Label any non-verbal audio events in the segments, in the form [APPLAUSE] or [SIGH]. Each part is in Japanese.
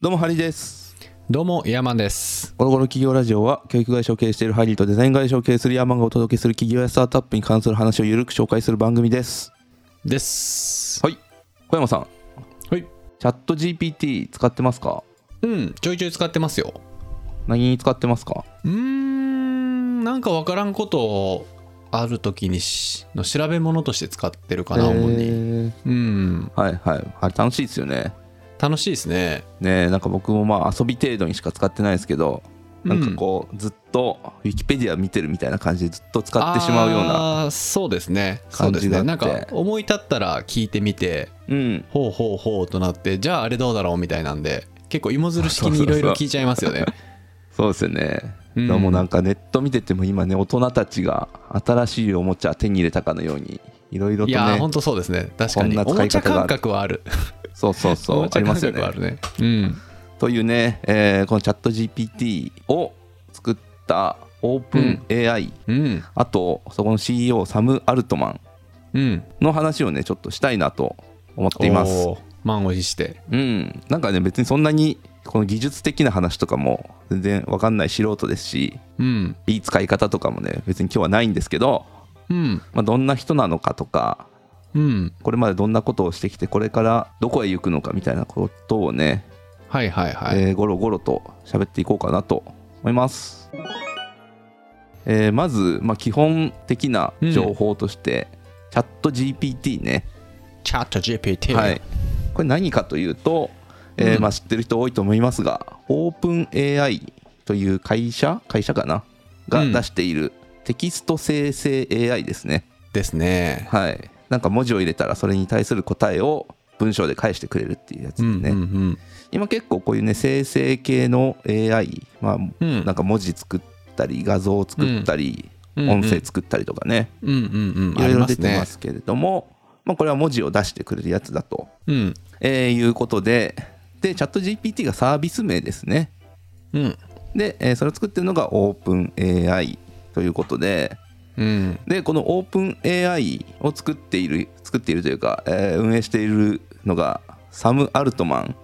どうもハリーですどうも、イヤーマンです。この頃企業ラジオは教育会社を経営しているハリーとデザイン会社を経営するヤーマンがお届けする企業やスタートアップに関する話をゆるく紹介する番組ですです。はい小山さんはい。チャット GPT 使ってますかうん、ちょいちょい使ってますよ。何に使ってますかうーん、なんかわからんことをある時にしの調べ物として使ってるかな、主えに。ーうん、はいはいあれ楽しいですよね楽しいですね。ねえなんか僕もまあ遊び程度にしか使ってないですけどなんかこう、ずっとウィキペディア見てるみたいな感じでずっと使ってしまうようなあー。そうですね。そうですね。な感んじがあってか思い立ったら聞いてみて、うんほうほうほうとなって、じゃああれどうだろうみたいなんで、結構芋づる式にそういそうそうろいろ聞いちゃいま [LAUGHS] すよね。そうですよね、うんでもなんかネット見てても今ね大人たちが新しいおもちゃ手に入れたかのようにいろいろいとやー、ほねんとそうですね。確かに。こんな使いお方があるもちゃ感覚はある。そうそうおそもうちあゃり感ますよ覚ねはあるね。うん。というね、えーこのチャット GPT を作ったオープン AI、うん。あとそこの CEO サム・アルトマンうん。の話をねちょっとしたいなと思っていますおー。満を持して。うんなんかね別にそんなにこの技術的な話とかも全然わかんない素人ですしうん。いい使い方とかもね別に今日はないんですけど、うん。まあ、どんな人なのかとかうん。これまでどんなことをしてきてこれからどこへ行くのかみたいなことをね、はいはいはい。えーゴロゴロと喋っていこうかなと思います、えーまず、まあ、基本的な情報として、チャット GPT ね、チャット GPT。はい。、これ何かというと、えーうんまあ、知ってる人多いと思いますがオープン AI という会社会社かながうん出しているテキスト生成 AI ですね、ですね。はい、なんか文字を入れたらそれに対する答えを文章で返してくれるっていうやつうでんね、うん今結構こういうね生成系の AI、まあうん。なんか文字作ったり画像を作ったり、うん音声作ったりとかね、うんうんうん。いろいろ出あてりま。すけれどもまあ、これは文字を出してくれるやつだと、うん。えーいうことででチャット GPT がサービス名ですねうん。で、えーそれを作ってるのが OpenAI ということでうん。でこのオープン AI を作っている作っているというか、えー運営しているのがサム・アルトマン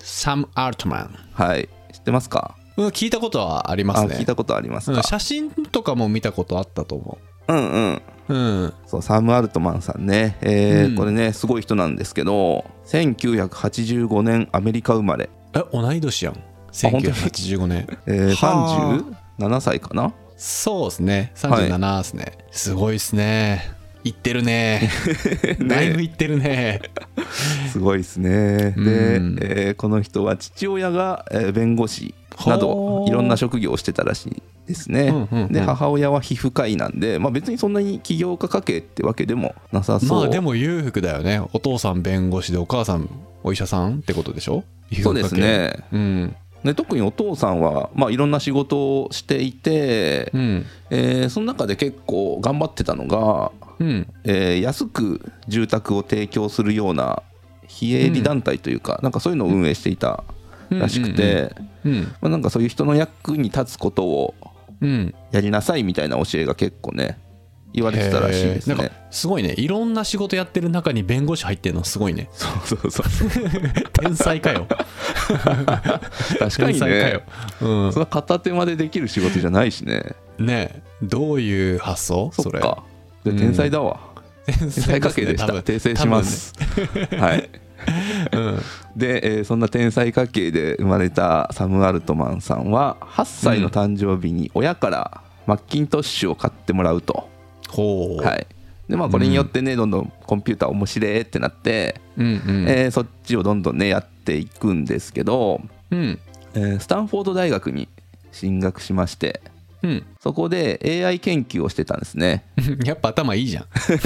サム・アルトマン。はい知ってますかうん、聞いたことはありますあね。聞いたことありますうかん、写真とかも見たことあったと思うんうんう。うん。そうサム・アルトマンさんね、えーうんこれねすごい人なんですけど1985年アメリカ生まれ、え、同い年やん。本当に1985年。 [LAUGHS] えーは37歳かなそうですね。37ですね。すごいですね。いって [LAUGHS] るね。だいぶいってるね。すごいですねで、うんえーこの人は父親が、えー弁護士などほういろんな職業をしてたらしいですね、うんうんうんで母親は皮膚科医なんで、まあ、別にそんなに起業家家系ってわけでもなさそう、まあでも裕福だよねお父さん弁護士でお母さんお医者さんってことでしょそうですねうんで特にお父さんは、まあ、いろんな仕事をしていて、うんえーその中で結構頑張ってたのが、うんえー安く住宅を提供するような非営利団体というか、なんかそういうのを運営していたらしくて、うんまあ、なんかそういう人の役に立つことをうんやりなさいみたいな教えが結構ね言われてたらしいですへーなんねか。すごいねいろんな仕事やってる中に弁護士入ってるのすごいね [LAUGHS] そうそう [LAUGHS] そう天才かよ [LAUGHS] 確か天に才かよね、うそんな片手までできる仕事じゃないしねんねえどういう発想 [LAUGHS] そそっれかで天才だわ、 [LAUGHS] [LAUGHS] 天天才家系でした、訂正します、 [LAUGHS] はいで、えーそんな天才家系で生まれたサム・アルトマンさんは8歳の誕生日に親からマッキントッシュを買ってもらうと、ほうはいでまあ、これによってね、どんどんコンピューター面白いってなって、うんうんえーそっちをどんどんねやっていくんですけど、うんえースタンフォード大学に進学しましてうんそこで AI 研究をしてたんです [LAUGHS] ねやっぱ頭いいじゃんそう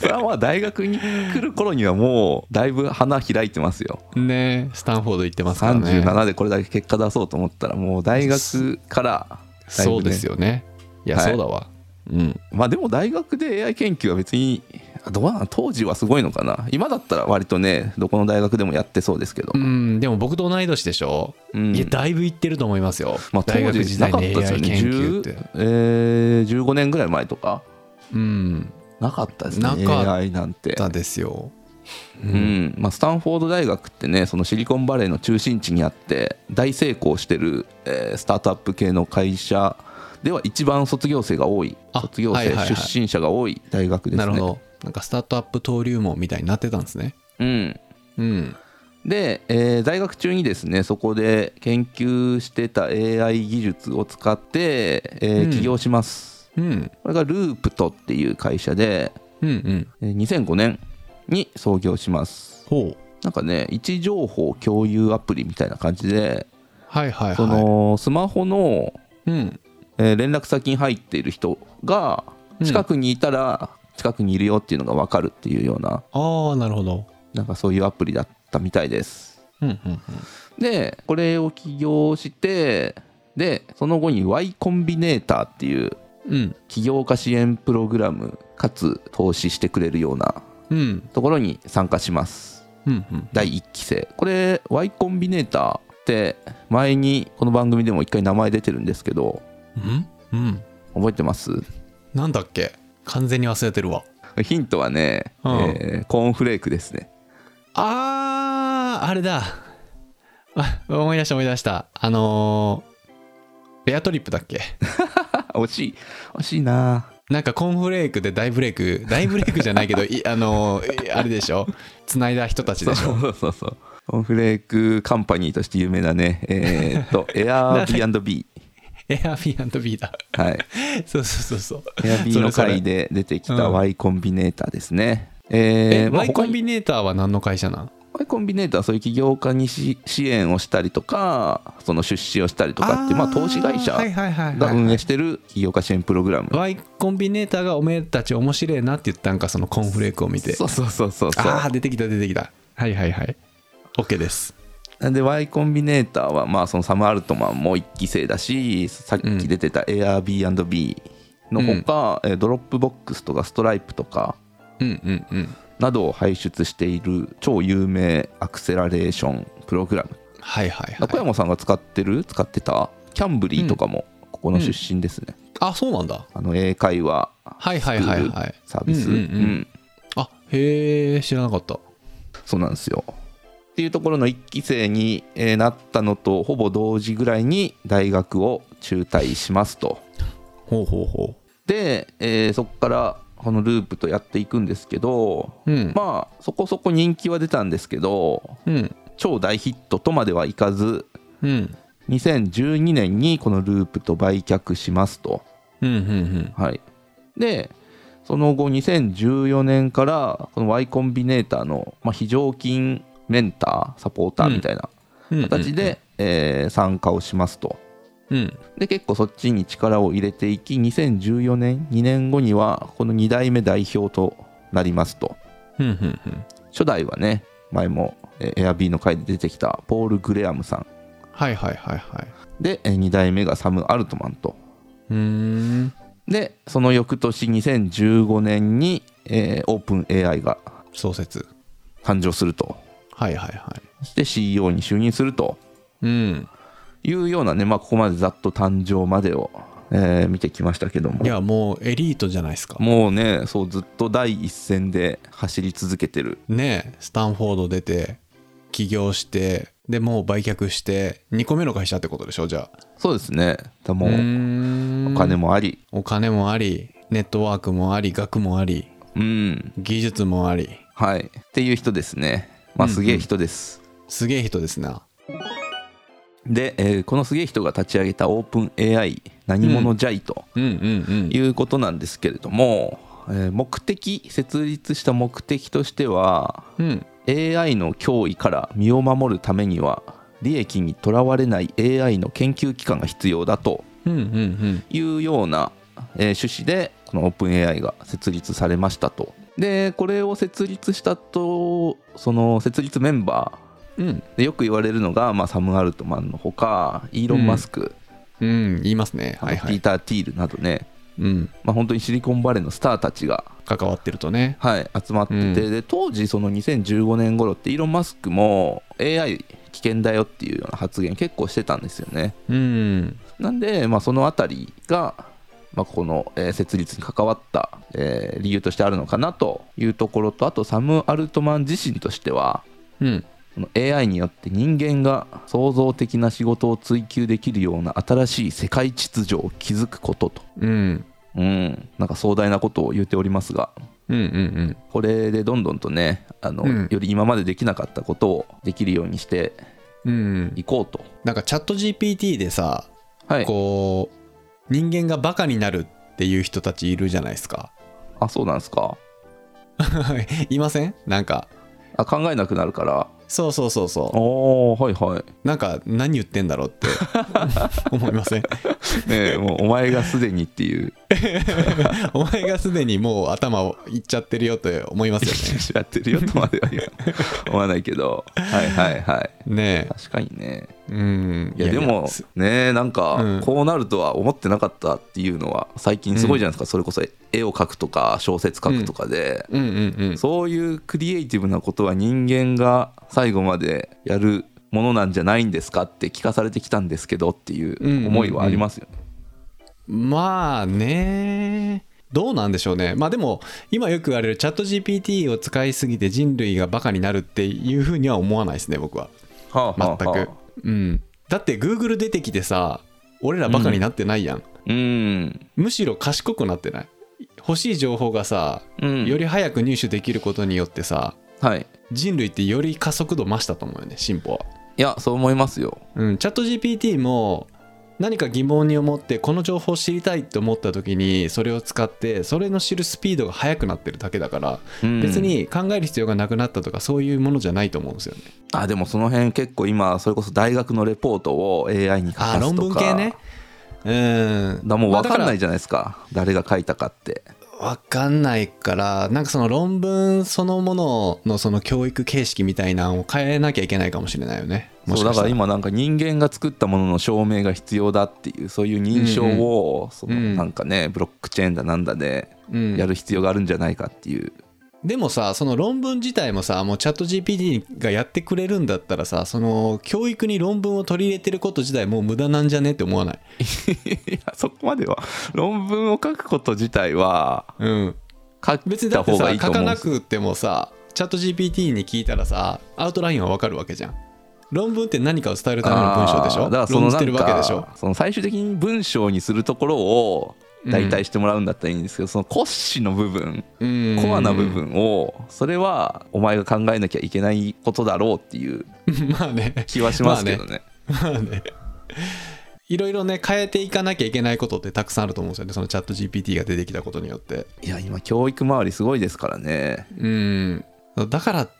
それはまあ大学に来る頃にはもうだいぶ花開いてますよねえスタンフォード行ってますからね37でこれだけ結果出そうと思ったらもう大学からだいぶねそうですよねいやはいそうだわうんまあでも大学で AI 研究は別にどうなん当時はすごいのかな今だったら割とねどこの大学でもやってそうですけど、うん、でも僕と同い年でしょ、うんいやだいぶ行ってると思いますよ、まあ、当大学時時な代かにったですよ AI ね研究10って、えー、15年ぐらい前とかうんなかったですねなかった AI なんてだですようんまあ、スタンフォード大学ってねそのシリコンバレーの中心地にあって大成功してる、えースタートアップ系の会社では一番卒業生が多いあ卒業生、はいはいはい出身者が多い大学ですね。なるほどなんかスタートアップ登竜門みたいになってたんですねうん、うんで、えー在学中にですねそこで研究してた AI 技術を使って、えーうん起業します、うんこれがループトっていう会社で、うんうんえー2005年に創業しますほうなんかね位置情報共有アプリみたいな感じではいはいはいそのスマホの、うんえー連絡先に入っている人がうん近くにいたら近くにいるよっていうのが分かるっていうようなああなるほどなんかそういうアプリだったみたいですうんうんうんでこれを起業してでその後に Y コンビネーターっていううん起業家支援プログラムかつ投資してくれるようなうんところに参加しますうんうん第1期生これ Y コンビネーターって前にこの番組でも一回名前出てるんですけどうんうん覚えてますなんだっけ完全に忘れてるわヒントはね、うんえーコーンフレークですね [LAUGHS] あーあれだあ思い出した思い出したあのーベアトリップだっけあ惜しい惜しいななんかコーンフレークで大ブレイク大ブレイクじゃないけどいあのーいあれでしょ繋いだ人たちでしょそうそうそうコーンフレークカンパニーとして有名なねえ [LAUGHS] ーっと Airbnb エアビービーだはいそうそうそう [LAUGHS] そうエアビーのそれそれ会で出てきたうん Y コンビネーターですね。ええーまあ Y 他コンにビネーターは何の会社なん Y コンビネーターはそういう起業家にし支援をしたりとかその出資をしたりとかっていうまあ、投資会社はいはいはいがはい運営してる起業家支援プログラム。 Y コンビネーターがおめえたち面白いなって言ったんかそのコーンフレークを見てそうそうそうそうそうああ出てきた出てきたはいはいはい OK ですなんで Y コンビネーターはまあそのサム・アルトマンも一期生だしさっき出てた Airbnb のほか、えードロップボックスとかストライプとかうんうんうんなどを輩出している超有名アクセラレーションプログラムはいはいは中い山さんが使ってる使ってたキャンブリーとかもここの出身ですね、あそうなんだあの英会話はいはいはいスクはーいルサービス、ううんんうんうんあへえ知らなかったそうなんですよっていうところの1期生にえーなったのとほぼ同時ぐらいに大学を中退しますとほうほうほで、えーそこからこのループとやっていくんですけど、ううん、まあそこそこ人気は出たんですけどうん超大ヒットとまではいかずうん2012年にこのループと売却しますと。うんうんうんはい、でその後2014年からこの Y コンビネーターの、まあ、非常勤メンターサポーターみたいなうん形で、えー参加をしますとうんで結構そっちに力を入れていき2014年2年後にはこの2代目代表となりますとうんうんうん初代はね前もえー Airb の回で出てきたポール・グレアムさんはいはいはいはいで2代目がサム・アルトマンとうーんでその翌年2015年に、えー、オープン AI が創設誕生するとはいはいはいそして CEO に就任するとうんいうようなね、まあ、ここまでざっと誕生までを、えー見てきましたけどもいやもうエリートじゃないですかもうねそうずっと第一線で走り続けてるねえスタンフォード出て起業してでもう売却して2個目の会社ってことでしょじゃあそうですねだもううーんお金もありお金もありネットワークもあり額もありうん、技術もありはいっていう人ですねまあすげえ人です、すげえ人ですなで、えーこのすげえ人が立ち上げたオープン AI 何者じゃいと、うんうんいうことなんですけれども、えー目的設立した目的としてはうんうん AI の脅威から身を守るためには利益にとらわれない AI の研究機関が必要だとうんうんいうような、えー趣旨でこの OpenAI が設立されましたと。でこれを設立したとその設立メンバうんうんーでよく言われるのが、まあ、サム・アルトマンのほかイーロン・マスク、うん言いますねはいはピーいター・ティールなどね、うんまあ、本当にシリコンバレーのスターたちが関わってるとねはい、集まってて、うんで当時その2015年頃ってイーロン・マスクも AI 危険だよっていうような発言結構してたんですよねうんなんで、まあ、そのあたりがまあ、この、えー設立に関わった、えー理由としてあるのかなというところとあとサム・アルトマン自身としてはうんその AI によって人間が創造的な仕事を追求できるような新しい世界秩序を築くことと、うんうん、なんか壮大なことを言っておりますがうんうんこれでどんどんとねあの、うんより今までできなかったことをできるようにしてうんうんいこうと。なんかチャット GPT でさはい、こう人間がバカになるっていう人たちいるじゃないですかあそうなんですか [LAUGHS] いませんなんかあ考えなくなるからそうそうそうそおおはいはい、うなんか何言ってんだろうって [LAUGHS] 思いませんねえ、もうお前がすでにっていうお前がすでにもう頭をいっちゃってるよって思います [LAUGHS] よやってるよとまでは言わ思わないけどはいはいはいねね確かにねえうんいやでもすねなんうかんこうなるとは思ってなかったっていうのは最近すごいじゃないですか、それこそ絵を描くとか小説書くとかで、うんうんうんそういうクリエイティブなことは人間が最後までやるものなんじゃないんですかって聞かされてきたんですけどっていう思いはありますよね。まあねどうなんでしょうねまあでも今よく言われるチャット GPT を使いすぎて人類がバカになるっていうふうには思わないですね僕ははあは全あはあくうんだって Google 出てきてさ俺らバカになってないやん、うん、むしろ賢くなってない欲しい情報がさうん、より早く入手できることによってさはい人類ってより加速度増したと思うよね進歩は、いやそう思いますよ。うん、チャット GPT も何か疑問に思ってこの情報を知りたいと思った時にそれを使ってそれの知るスピードが速くなってるだけだからうん別に考える必要がなくなったとかそういうものじゃないと思うんですよね。あでもその辺結構今それこそ大学のレポートを AI に書かすとかあ論文系ね。うん、だもう分かんまあだらないじゃないですか誰が書いたかってわかんないからなんかその論文そのもののその教育形式みたいなのを変えなきゃいけないかもしれないよねもそうしだかしからたら今なんか人間が作ったものの証明が必要だっていうそういう認証をそのうんなんかねブロックチェーンだなんだでうんやる必要があるんじゃないかっていう [LAUGHS] でもさその論文自体もさもうチャット GPT がやってくれるんだったらさその教育に論文を取り入れてること自体もう無駄なんじゃねって思わないいやそこまでは論文を書くこと自体はうん書別いにただって方さがいいと書思かうんでなすよくてもさチャット GPT に聞いたらさアウトラインはわかるわけじゃん論文って何かを伝えるための文章でしあょーだからその論なじてるんわけでしょかその最終的に文章にするところを代替してもらうんだったらいいんですけど、その骨子の部分うんコアな部分をそれはお前が考えなきゃいけないことだろうっていう [LAUGHS] まあね気はしますけどね。まあね。いろいろね、変えていかなきゃいけないことってたくさんあると思うんですよね。そのチャット GPT が出てきたことによって。いや今教育周りすごいですからね。うん。だからっ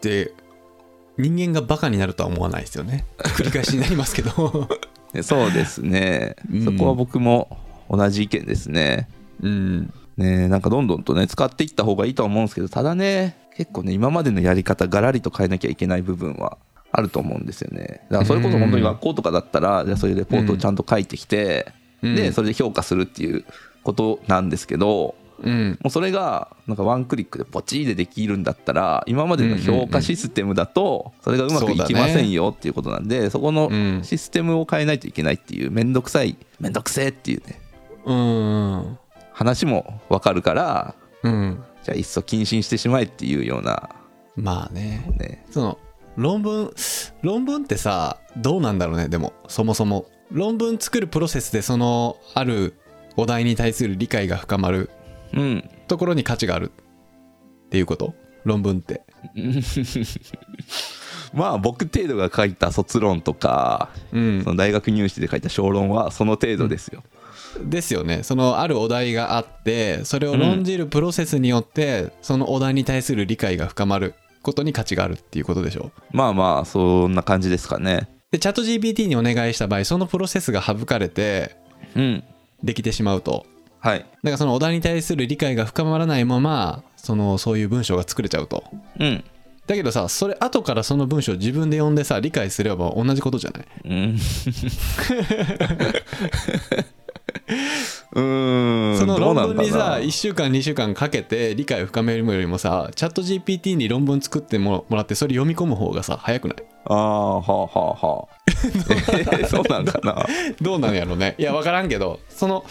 て、人間がバカになるとは思わないですよ [LAUGHS] ね。繰り返しになりますけど。ねそうですね [LAUGHS] うん。そこは僕も同じ意見ですね。うん。ねなんかどんどんとね使っていった方がいいとは思うんですけどただね結構ね今までのやり方がらりと変えなきゃいけない部分はあると思うんですよねだからそれこそ本当に学校とかだったらじゃあそういうレポートをちゃんと書いてきて、うんでそれで評価するっていうことなんですけどうん。もうそれがなんかワンクリックでポチーでできるんだったら今までの評価システムだとそれがうまくいきませんよっていうことなんでそこのうんシステムを変えないといけないっていう面倒くさい面倒くせえっていうねうん。話もわかるからうん。じゃあいっそ謹慎してしまえっていうようなまあね。ねその、論文、論文ってさ、どうなんだろうね、でも、そもそも。論文作るプロセスで、その、あるお題に対する理解が深まるうんところに価値があるっていうこと論文ってまあ僕程度が書いた卒論とかうんその大学入試で書いた小論はその程度ですよ、ですよねそのあるお題があってそれを論じるプロセスによって、そのお題に対する理解が深まることに価値があるっていうことでしょまあまあそんな感じですかねでチャット GPT にお願いした場合そのプロセスが省かれてうんできてしまうとはいだからそのお題に対する理解が深まらないままそのそういう文章が作れちゃうとうんだけどさそれ後からその文章を自分で読んでさ理解すれば同じことじゃないうん。 [LAUGHS] うーん。そのどう論なん文かにさな1週間2週間かけて理解を深めるよりもさチャット GPT に論文作ってもらってそれ読み込む方がさ早くない [LAUGHS] ああ、はあはあは [LAUGHS] あ。えーそうなんかな。どうなんやろねいや分からんけどその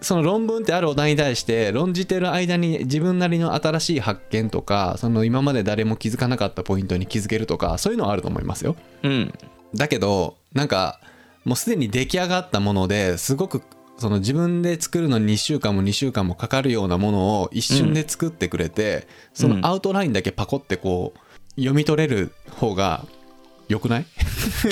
その論文ってあるお題に対して論じてる間に自分なりの新しい発見とかその今まで誰も気づかなかったポイントに気づけるとかそういうのはあると思いますようんだけどなんかもうすでに出来上がったものですごくその自分で作るのに2週間も2週間もかかるようなものを一瞬で作ってくれて、そのアウトラインだけパコってこう読み取れる方が良くない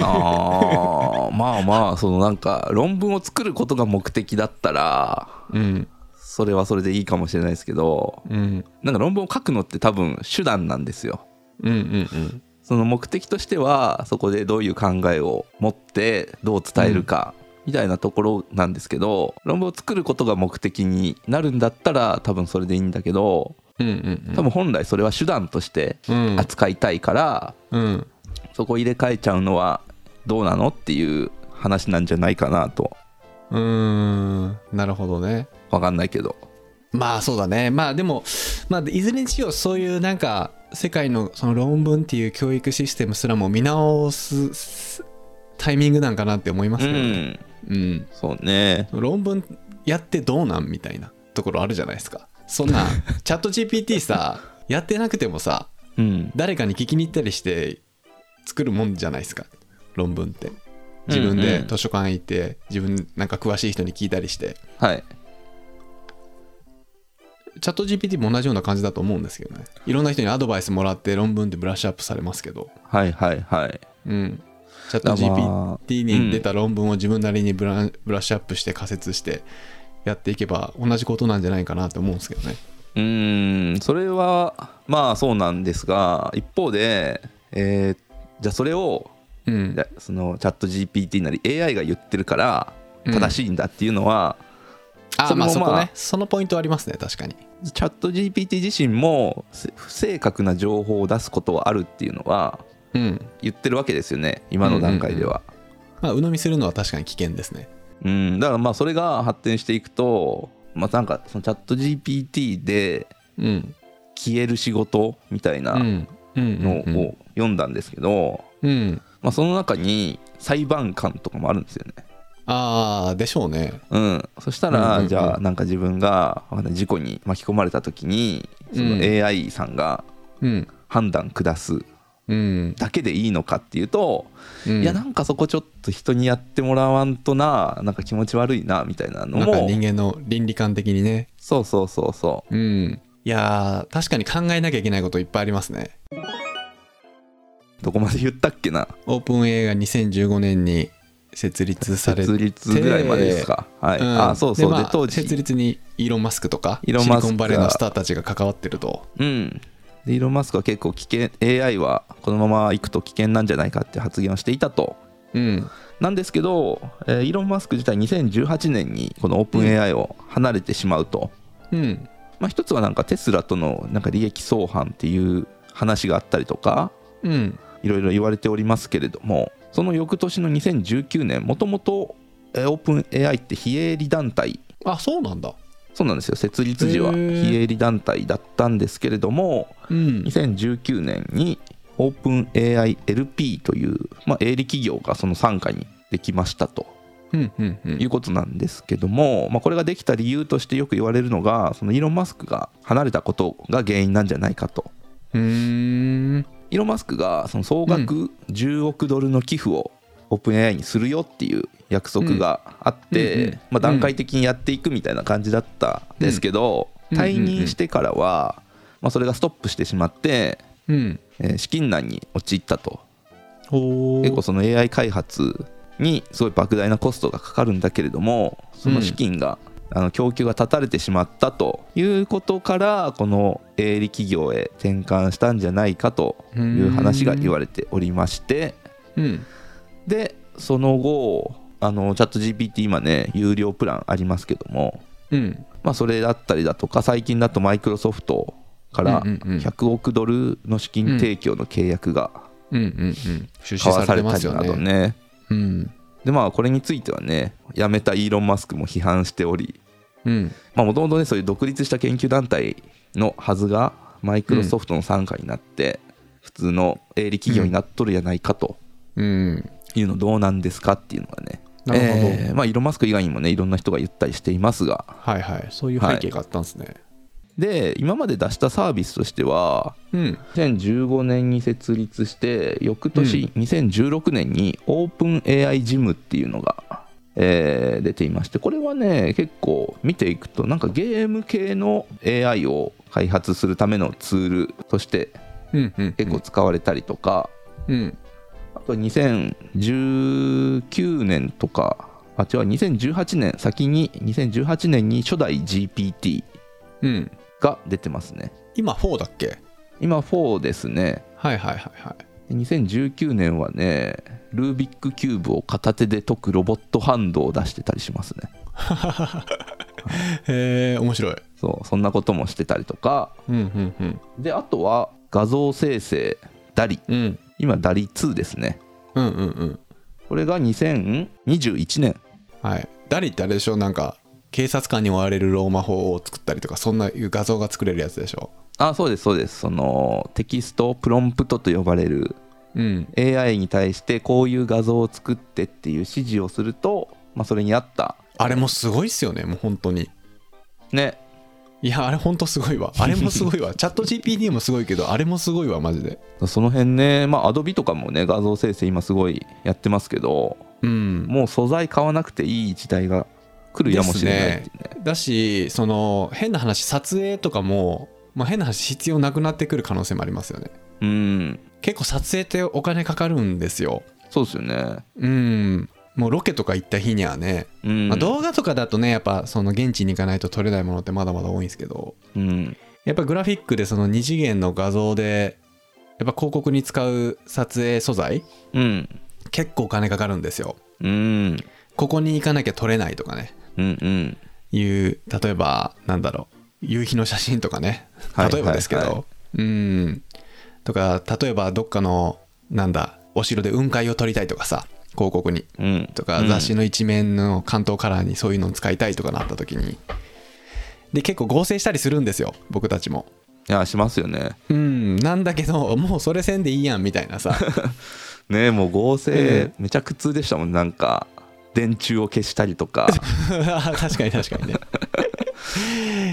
あーまあまあそのなんか論文を作ることが目的だったらうんそれはそれでいいかもしれないですけどうんなんか論文を書くのって多分手段なんですようんうんうんその目的としてはそこでどういう考えを持ってどう伝えるかみたいなところなんですけど、論文を作ることが目的になるんだったら多分それでいいんだけどうんうんうん多分本来それは手段としてうん扱いたいから、うんそこ入れ替えちゃうのはどうなのっていう話なんじゃないかなとうーんなるほどね分かんないけどまあそうだねまあでも、まあ、いずれにしようそういうなんか世界のその論文っていう教育システムすらも見直すすタイミングなんかなって思いますうけどね、んうんそうね論文やってどうなんみたいなところあるじゃないですかそ [LAUGHS] んなチャット GPT さやってなくてもさうん誰かに聞きに行ったりして作るもんじゃないですか論文って自分うんでうん図書館行って自分なんか詳しい人に聞いたりしてはいチャット GPT も同じような感じだと思うんですけどねいろんな人にアドバイスもらって論文ってブラッシュアップされますけどはいはいはいうんチャットだからまあ GPT に出た論文を自分なりにブラブラッシュアップして仮説してやっていけば同じことなんじゃないかなと思うんですけどねうーんそれはまあそうなんですが一方で、えーじゃあそれをうんじゃそのチャット GPT なり AI が言ってるからうん正しいんだっていうのは、あそれもまあそこまねあそのポイントはありますね確かにチャット GPT 自身もせ不正確な情報を出すことはあるっていうのはうん言ってるわけですよね今の段階では。まあ鵜呑みするのは確かに危険ですねうんだからまあそれが発展していくと、まあ、なんかそのチャット GPT でうん消える仕事みたいうなんうんのうんを読んだんですけど、うんまあ、その中に裁判官とかもあるんですよね。ああでしょうねうん、そしたうんうんら、うんじゃあなんか自分がわかんない事故に巻き込まれた時にそのうん AI さんがうん判断下すうん、だけでいいのかっていうと、うん、いやなんかそこちょっと人にやってもらわんとななんか気持ち悪いなみたいなのなんかも人間の倫理観的にねそうそうそうそうんいやー確かに考えなきゃいけないこといっぱいありますねうどこまで言ったっけなオープン A が2015年に設立されて設立ぐらいまでですかはい、うんあそうそうで,、まあ当時設立にイーロン・マスクとかイーロンマスクシリコンバレーのスターたちが関わってるとうんでイーロン・マスクは結構危険 AI はこのまま行くと危険なんじゃないかって発言をしていたとうんなんですけど、えーイーロン・マスク自体2018年にこのオープン AI を離れてしまうと、うんまあ、一つはなんかテスラとのなんか利益相反っていう話があったりとかうんいろいろ言われておりますけれどもその翌年の2019年もともとえーオープン AI って非営利団体あそうなんだそうなんですよ設立時はへー非営利団体だったんですけれどもうん2019年にオープン AILP という、まあ、営利企業がその傘下にできましたとうんうんういんうことなんですけども、まあ、これができた理由としてよく言われるのがそのイーロン・マスクが離れたことが原因なんじゃないかとうーんイーロン・マスクがその総額10億ドルの寄付をオープン AI にするよっていう約束があっうんうんて、うんまあ、段階的にやっていくみたいな感じだったんですけど、うん退任してからは、まあ、それがストップしてしまって、うんえー資金難に陥ったとお結構その AI 開発にすごい莫大なコストがかかるんだけれどもその資金が、あの供給が断たれてしまったということからこの営利企業へ転換したんじゃないかという話が言われておりましてうんでその後あのチャット GPT 今ね有料プランありますけども、うんまあ、それだったりだとか最近だとマイクロソフトからうんうんうん100億ドルの資金提供の契約がうんうんうん出資交わさされれてまたすりよなどねねうんでまあこれについてはね辞めたイーロン・マスクも批判しておりうんもともとねそういう独立した研究団体のはずがマイクロソフトの傘下になって、普通の営利企業になっとるやないかとうんいうのどうなんですかっていうのはねなるほど、えーまあ、イーロン・マスク以外にもねいろんな人が言ったりしていますがはいはいそういう背景があったんですね、で今まで出したサービスとしてはうん2015年に設立して翌年2016年にオープン AI ジムっていうのが、えー出ていましてこれはね結構見ていくとなんかゲーム系の AI を開発するためのツールとしてうんうん結構使われたりとか、うんあと2019年とかあ違う2018年先に2018年に初代 GPT うんが出てますね今4だっけ今4ですねはいはいはいはいで2019年はねルービックキューブを片手で解くロボットハンドを出してたりしますねへえ面白いそうそんなこともしてたりとかうんうんうんであとは画像生成ダリうん今ダリ2ですねうんうんうんこれが2021年はいダリってあれでしょなんか警察官に追われるローマ法を作ったりとかそんないう画像が作れるやつでしょあそうですそうですそのテキストプロンプトと呼ばれるうん AI に対してこういう画像を作ってっていう指示をすると、まあ、それに合ったあれもすごいっすよねもう本当にねいやあれほんとすご [LAUGHS] いわあれもすごいわチャット GPT もすごいけどあれもすごいわマジでその辺ねまあ Adobe とかもね画像生成今すごいやってますけどうんもう素材買わなくていい時代が来るやもしれないっていうねだしその変な話撮影とかも、まあ、変な話必要なくなってくる可能性もありますよねうん結構撮影ってお金かかるんですよそうですよねうんもうロケとか行った日にはね、うん、まあ、動画とかだとねやっぱその現地に行かないと撮れないものってまだまだ多いんですけどうんやっぱグラフィックでその2次元の画像でやっぱ広告に使う撮影素材うん結構お金かかるんですようんここに行かなきゃ撮れないとかねうんうんいう例えばなんだろう夕日の写真とかねはい例えばですけど、はいはうんとか例えばどっかのなんだお城で雲海を撮りたいとかさ広告にうんとか雑誌の一面の関東カラーにそういうのを使いたいとかなった時にで結構合成したりするんですよ僕たちもいやしますよねうんなんだけどもうそれせんでいいやんみたいな [LAUGHS] さねもう合成えめちゃ苦痛でしたもんなんか電柱を消したりとか確かに確かにね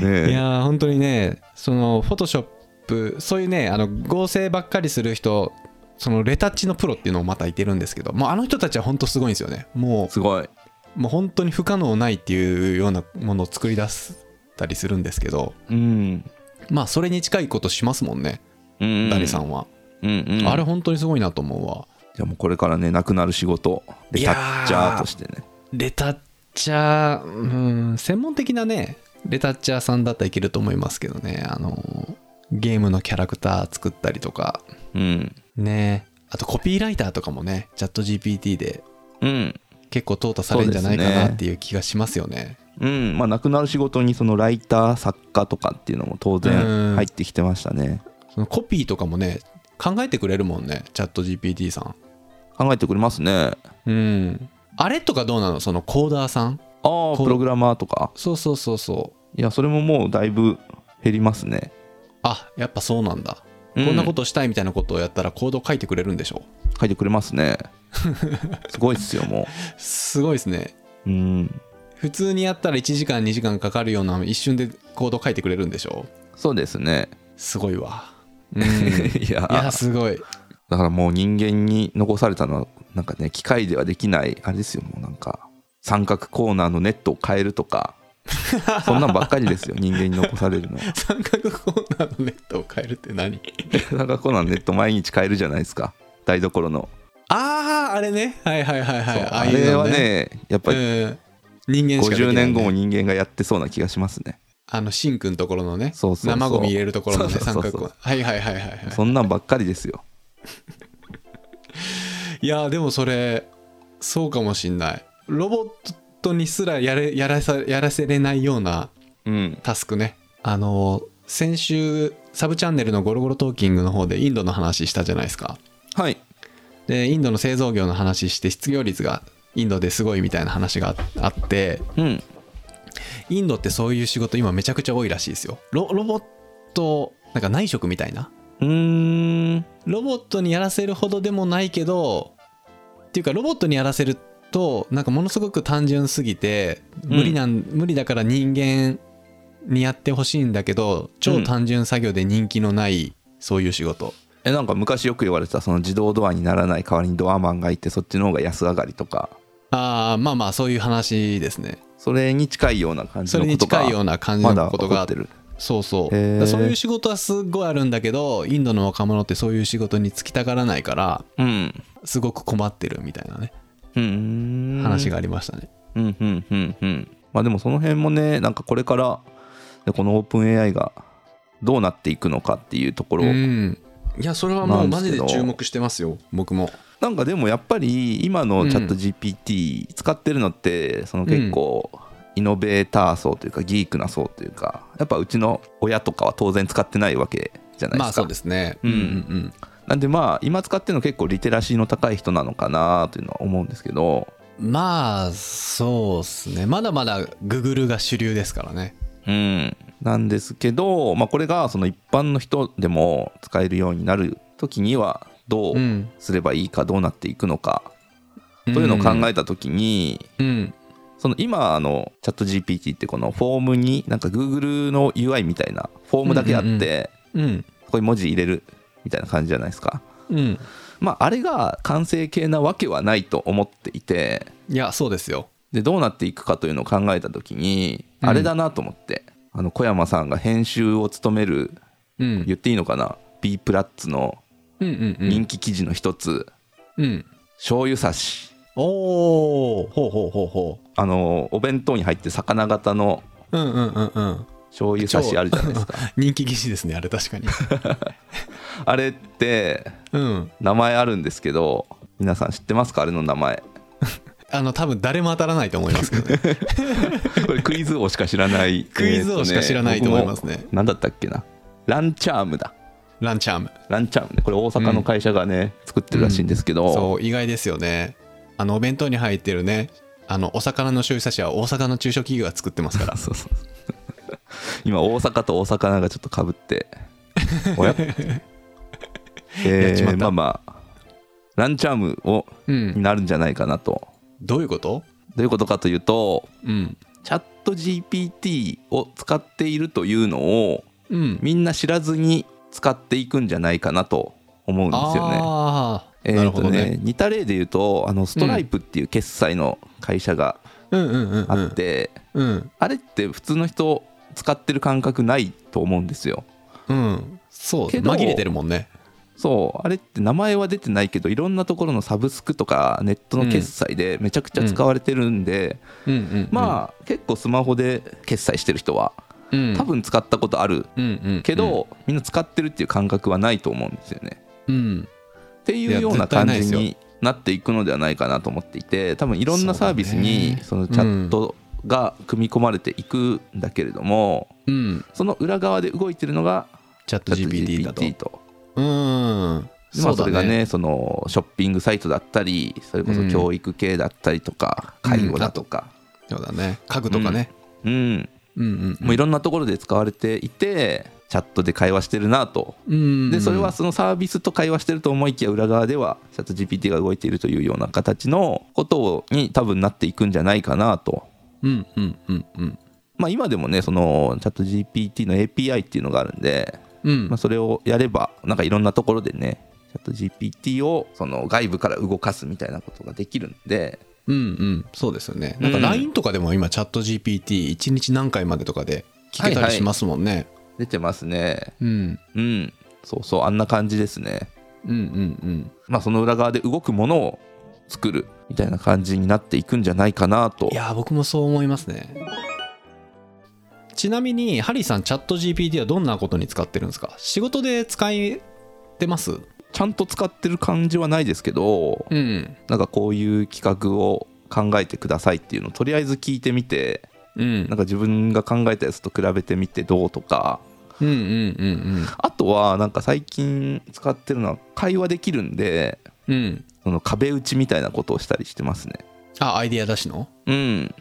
いねやー本当にねそのフォトショップそういうねあの合成ばっかりする人そのレタッチのプロっていうのもまたいてるんですけどもうあの人たちは本当すごいんですよねもすごいうもう本当に不可能ないっていうようなものを作り出したりするんですけどうんまあそれに近いことしますもんね、うんダリさんは、うんうんあれ本当にすごいなと思うわじゃあもうこれからねなくなる仕事でいタやーッチャーとしてねレタッチャーうん専門的なねレタッチャーさんだったらいけると思いますけどねあのゲームのキャラクター作ったりとかうんねえあとコピーライターとかもねチャット GPT でうん結構淘汰されるんじゃないかそうですなねっていう気がしますよねうんまあなくなる仕事にそのライター作家とかっていうのも当う然ん入ってきてましたねそのコピーとかもね考えてくれるもんねチャット GPT さ考えてくれますねんうんあれとかどうなのそのコーダーさんああこうプログラマーとかそうそうそうそういやそれももうだいぶ減りますねあやっぱそうなんだ、うんこんなことしたいみたいなことをやったらコード書いてくれるんでしょ書いてくれます [LAUGHS] ねすごいっすよもすごいですねううん普通にやったら1時間2時間かかるような一瞬でコード書いてくれるんでしょそうですねすごいわう [LAUGHS] んいいややすごいだからもう人間に残されたのはなんかね機械ではできないあれですよもうなんか三角コーナーのネットを変えると [LAUGHS] かそんなんばっかりですよ人間に残されるのは三角コーナーのネットを変えるって何三角コーナーのネット毎日変えるじゃないですか台所の、あああれねはいはいはいはいそうあああいうれのはねやっぱりうん人間しかできない、ね、 50年後も人間がやってそうな気がしますねあのシンクのところのねそうそうそう生ゴミ入れるところのねそうそう三そうそう角コーナーはいはいはいはいはいそんなんばっかりですよいやーでもそれそうかもしんないロボットにすらやれやらさやらせれないようなうんタスクねあのー先週サブチャンネルの「ゴロゴロトーキング」の方でインドの話したじゃないですかはいでインドの製造業の話して失業率がインドですごいみたいな話がああってうんインドってそういう仕事今めちゃくちゃ多いらしいですよロロボットなんか内職みたいなうーんロボットにやらせるほどでもないけどっていうかロボットにやらせるとなんかものすごく単純すぎて無理なん、無理だから人間にやってほしいんだけど超単純作業で人気のないそういう仕事、えなんか昔よく言われてたその自動ドアにならない代わりにドアマンがいてそっちの方が安上がりとかああまあまあそういう話ですねそれに近いような感じそのれこにと近いようがな感じまのだこと起がこってるそうそう、へーだからそういう仕事はすっごいあるんだけどインドの若者ってそういう仕事に就きたがらないからうんすごく困ってるみたいなねうん話がありましたね、うんうんうんうんまあでもその辺もねなんかこれからねこのオープン AI がどうなっていくのかっていうところ、うんいやそれはもうマジでなんですけど注目してますよ僕もなんかでもやっぱり今のチャットうん GPT 使ってるのってその結構イノベーター層というかギークな層というかやっぱうちの親とかは当然使ってないわけじゃないまであすか、そうですねうんうんなんでまあ今使ってるの結構リテラシーの高い人なのかなというのは思うんですけどうんまあそうですねまだまだググルが主流ですからねうん、なんですけど、まあ、これがその一般の人でも使えるようになる時にはどううんすればいいかどうなっていくのかというのを考えた時に、えうんその今あのチャット GPT ってこのフォームになんか Google の UI みたいなフォームだけあって、うんうんうんそこに文字入れるみたいな感じじゃないですか。うんまあ、あれが完成形なわけはないと思っていていやそうですよでどうなっていくかというのを考えた時にあれだなと思って、あの小山さんが編集を務めるうん言っていいのかな B プラッツのうんうんうん人気記事の一つ、うん醤油差しおおほうほうほうほあのお弁当に入って魚型のううんうんうんうん醤油差しあるじゃない [LAUGHS] ですか人気技師ですねあれ確かにあれって [LAUGHS] うん名前あるんですけど皆さん知ってますかあれの名 [LAUGHS] 前あの多分誰も当たらないと思いますけど [LAUGHS] ねこれクイズ王しか知らないクイズ王しか知らないと思いますえねーと僕も何だったっけなランチャームだランチャームランチャームねこれ大阪の会社がね、作ってるらしいんですけど、そう意外ですよねあのお弁当に入ってるねあのお魚の醤油差しは大阪の中小企業が作ってます [LAUGHS] からそうそうそう今大阪と大阪がちょっとかぶってお [LAUGHS] ややっえちまっー、たまあまあランチャームをうんになるんじゃないかなと、どういうことどういうことかというとうんチャット GPT を使っているというのをうんみんな知らずに使っていくんじゃないかなと思うんですよね。ああえーとなるほどね似た例で言うとあのストライプっていう決済の会社がうんうんうんうあっんて、うんあれって普通の人使ってる感覚ないと思うんですよ。うんそうけど紛れてるもんねそうあれって名前は出てないけどいろんなところのサブスクとかネットの決済でめちゃくちゃ使われてるんで、うんうんうんまあ結構スマホで決済してる人はうん多分使ったことあるうんうんけど、みんな使ってるっていう感覚はないと思うんですよね。うんっていいやうような絶対感ないですじよになっていくのではないかなと思っていて多分いろんなサービスにそそうだねのチャットが組み込まれていくんだけれども、うんその裏側で動いてるのがチャッチャトット GPT だと GPT と。うんまあそれがねそのショッピングサイトだったりそれこそ教育系だったりとか、うん介護だとか、そうだね家具とかねうんうんうんもういろんなところで使われていてチャットで会話してるなと。うんでそれはそのサービスと会話してると思いきや裏側ではチャット GPT が動いているというような形のことに多分なっていくんじゃないかなと。うんうんうんうんまあ、今でもねそのチャット GPT の API っていうのがあるんで、うんまあ、それをやればなんかいろんなところでねチャット GPT をその外部から動かすみたいなことができるんでうんうん、そうですよね。うなんんか LINE とかでも今、チャット GPT1 日何回までとかで聞けたりしますもんね。出てますねうんうんそうそうあんな感じですねうんうんまあその裏側で動くものを作るみたいな感じになっていくんじゃないかなうとん。いやー、僕もそう思いますね。ちなみに、ハリーさん、チャット GPT はどんなことに使ってるんですか仕事で使えてますちゃんと使ってる感じはないですけどうん。なんかこういう企画を考えてくださいっていうのをとりあえず聞いてみてうんなんか自分が考えたやつと比べてみてどうとかうんうんうんあとはなんか最近使ってるのは会話できるんでうん。うん。その壁打ちみたいなことをしたりしてますねあ、アイディア出しのうん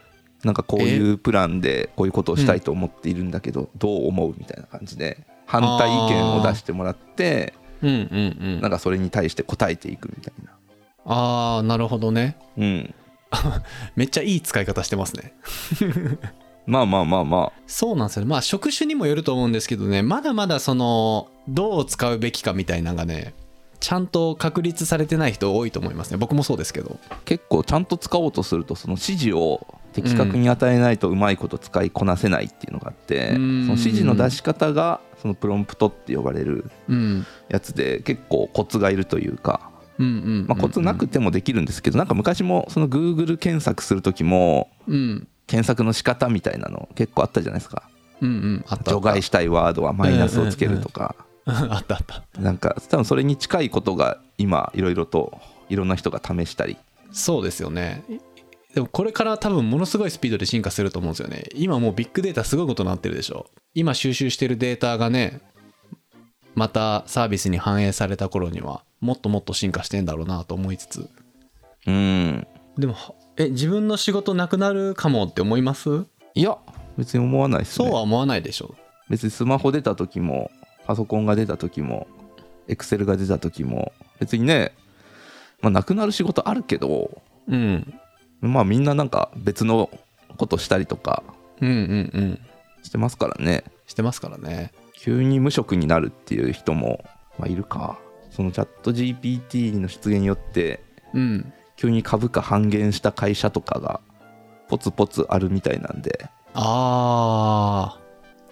なんかこういうプランでこういうことをしたいと思っているんだけどどう思うみたいな感じで反対意見を出してもらってうんうんなうんん。かそれに対して答えていくみたいなあー、なるほどね。うんめっちゃいい使い方してますねまあまあまあまあそうなんですよねまあ職種にもよると思うんですけどねまだまだそのどう使うべきかみたいなのがねちゃんと確立されてない人多いと思いますね僕もそうですけど結構ちゃんと使おうとするとその指示を的確に与えないとうまいこと使いこなせないっていうのがあって、うんその指示の出し方がそのプロンプトって呼ばれるうんやつで結構コツがいるというか、うんうんうんうんまあ、コツなくてもできるんですけどなんか昔もその Google 検索する時もうん検索の仕方みたいなの結構あったじゃないですかうんうんあったあ除った外したいワードはマイナスをつけるとか、 [LAUGHS] あったあったなんか多分それに近いことが今いろいろといろんな人が試したりそうですよねでもこれから多分ものすごいスピードで進化すると思うんですよね今もうビッグデータすごいことになってるでしょ今収集してるデータがねまたサービスに反映された頃にはもっともっと進化してんだろうなと思いつつうんでもえ自分の仕事なくなるかもって思いますいや別に思わないですそうはね思わないでしょ別にスマホ出た時もパソコンが出た時もエクセルが出た時も別にねまあなくなる仕事あるけどうんまあみんななんか別のことしたりとかうんうんうんしてますからねしてますからね急に無職になるっていう人も、まあ、いるかそのチャット GPT の出現によってうん急に株価半減した会社とかがポツポツあるみたいなんであ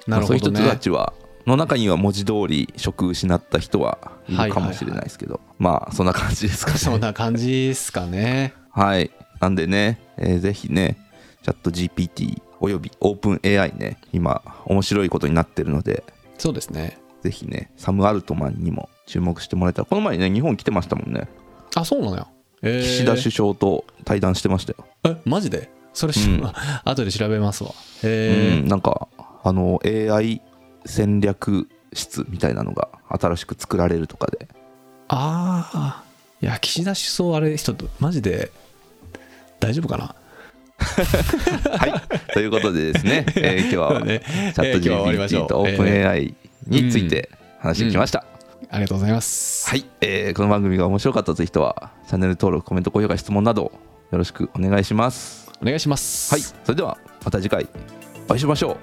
ーなるまあそうほいう人どねたちはの中には文字通り職失った人はいるかもしれないですけど、まあそんな感じですか [LAUGHS] そんねな感じですかねはいなんでね、えーぜひねチャット GPT および OpenAI ね今面白いことになってるのでそうですねぜひねサム・アルトマンにも注目してもらえたらこの前ね日本来てましたもんねあそうなのよ、えー岸田首相と対談してましたよ、えマジでそれ、うん [LAUGHS] 後で調べますわへえうん、なんかあの AI 戦略室みたいなのが新しく作られるとか [LAUGHS] でああいや岸田首相あれ人とマジで大丈夫かなはいということでですね、え [LAUGHS] ー今日はチねャッえート今日は終わりましょ GPT うと OpenAI について話してきました、ありがとうございますはい、えーこの番組が面白かったという人はチャンネル登録コメント高評価質問などよろしくお願いしますお願いしますはいそれではまた次回お会いしましょ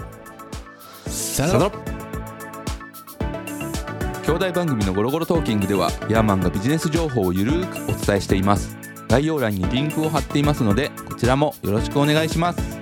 うさよなら兄弟番組のゴロゴロトーキングではヤーマンがビジネス情報をゆるーくお伝えしています概要欄にリンクを貼っていますのでこちらもよろしくお願いします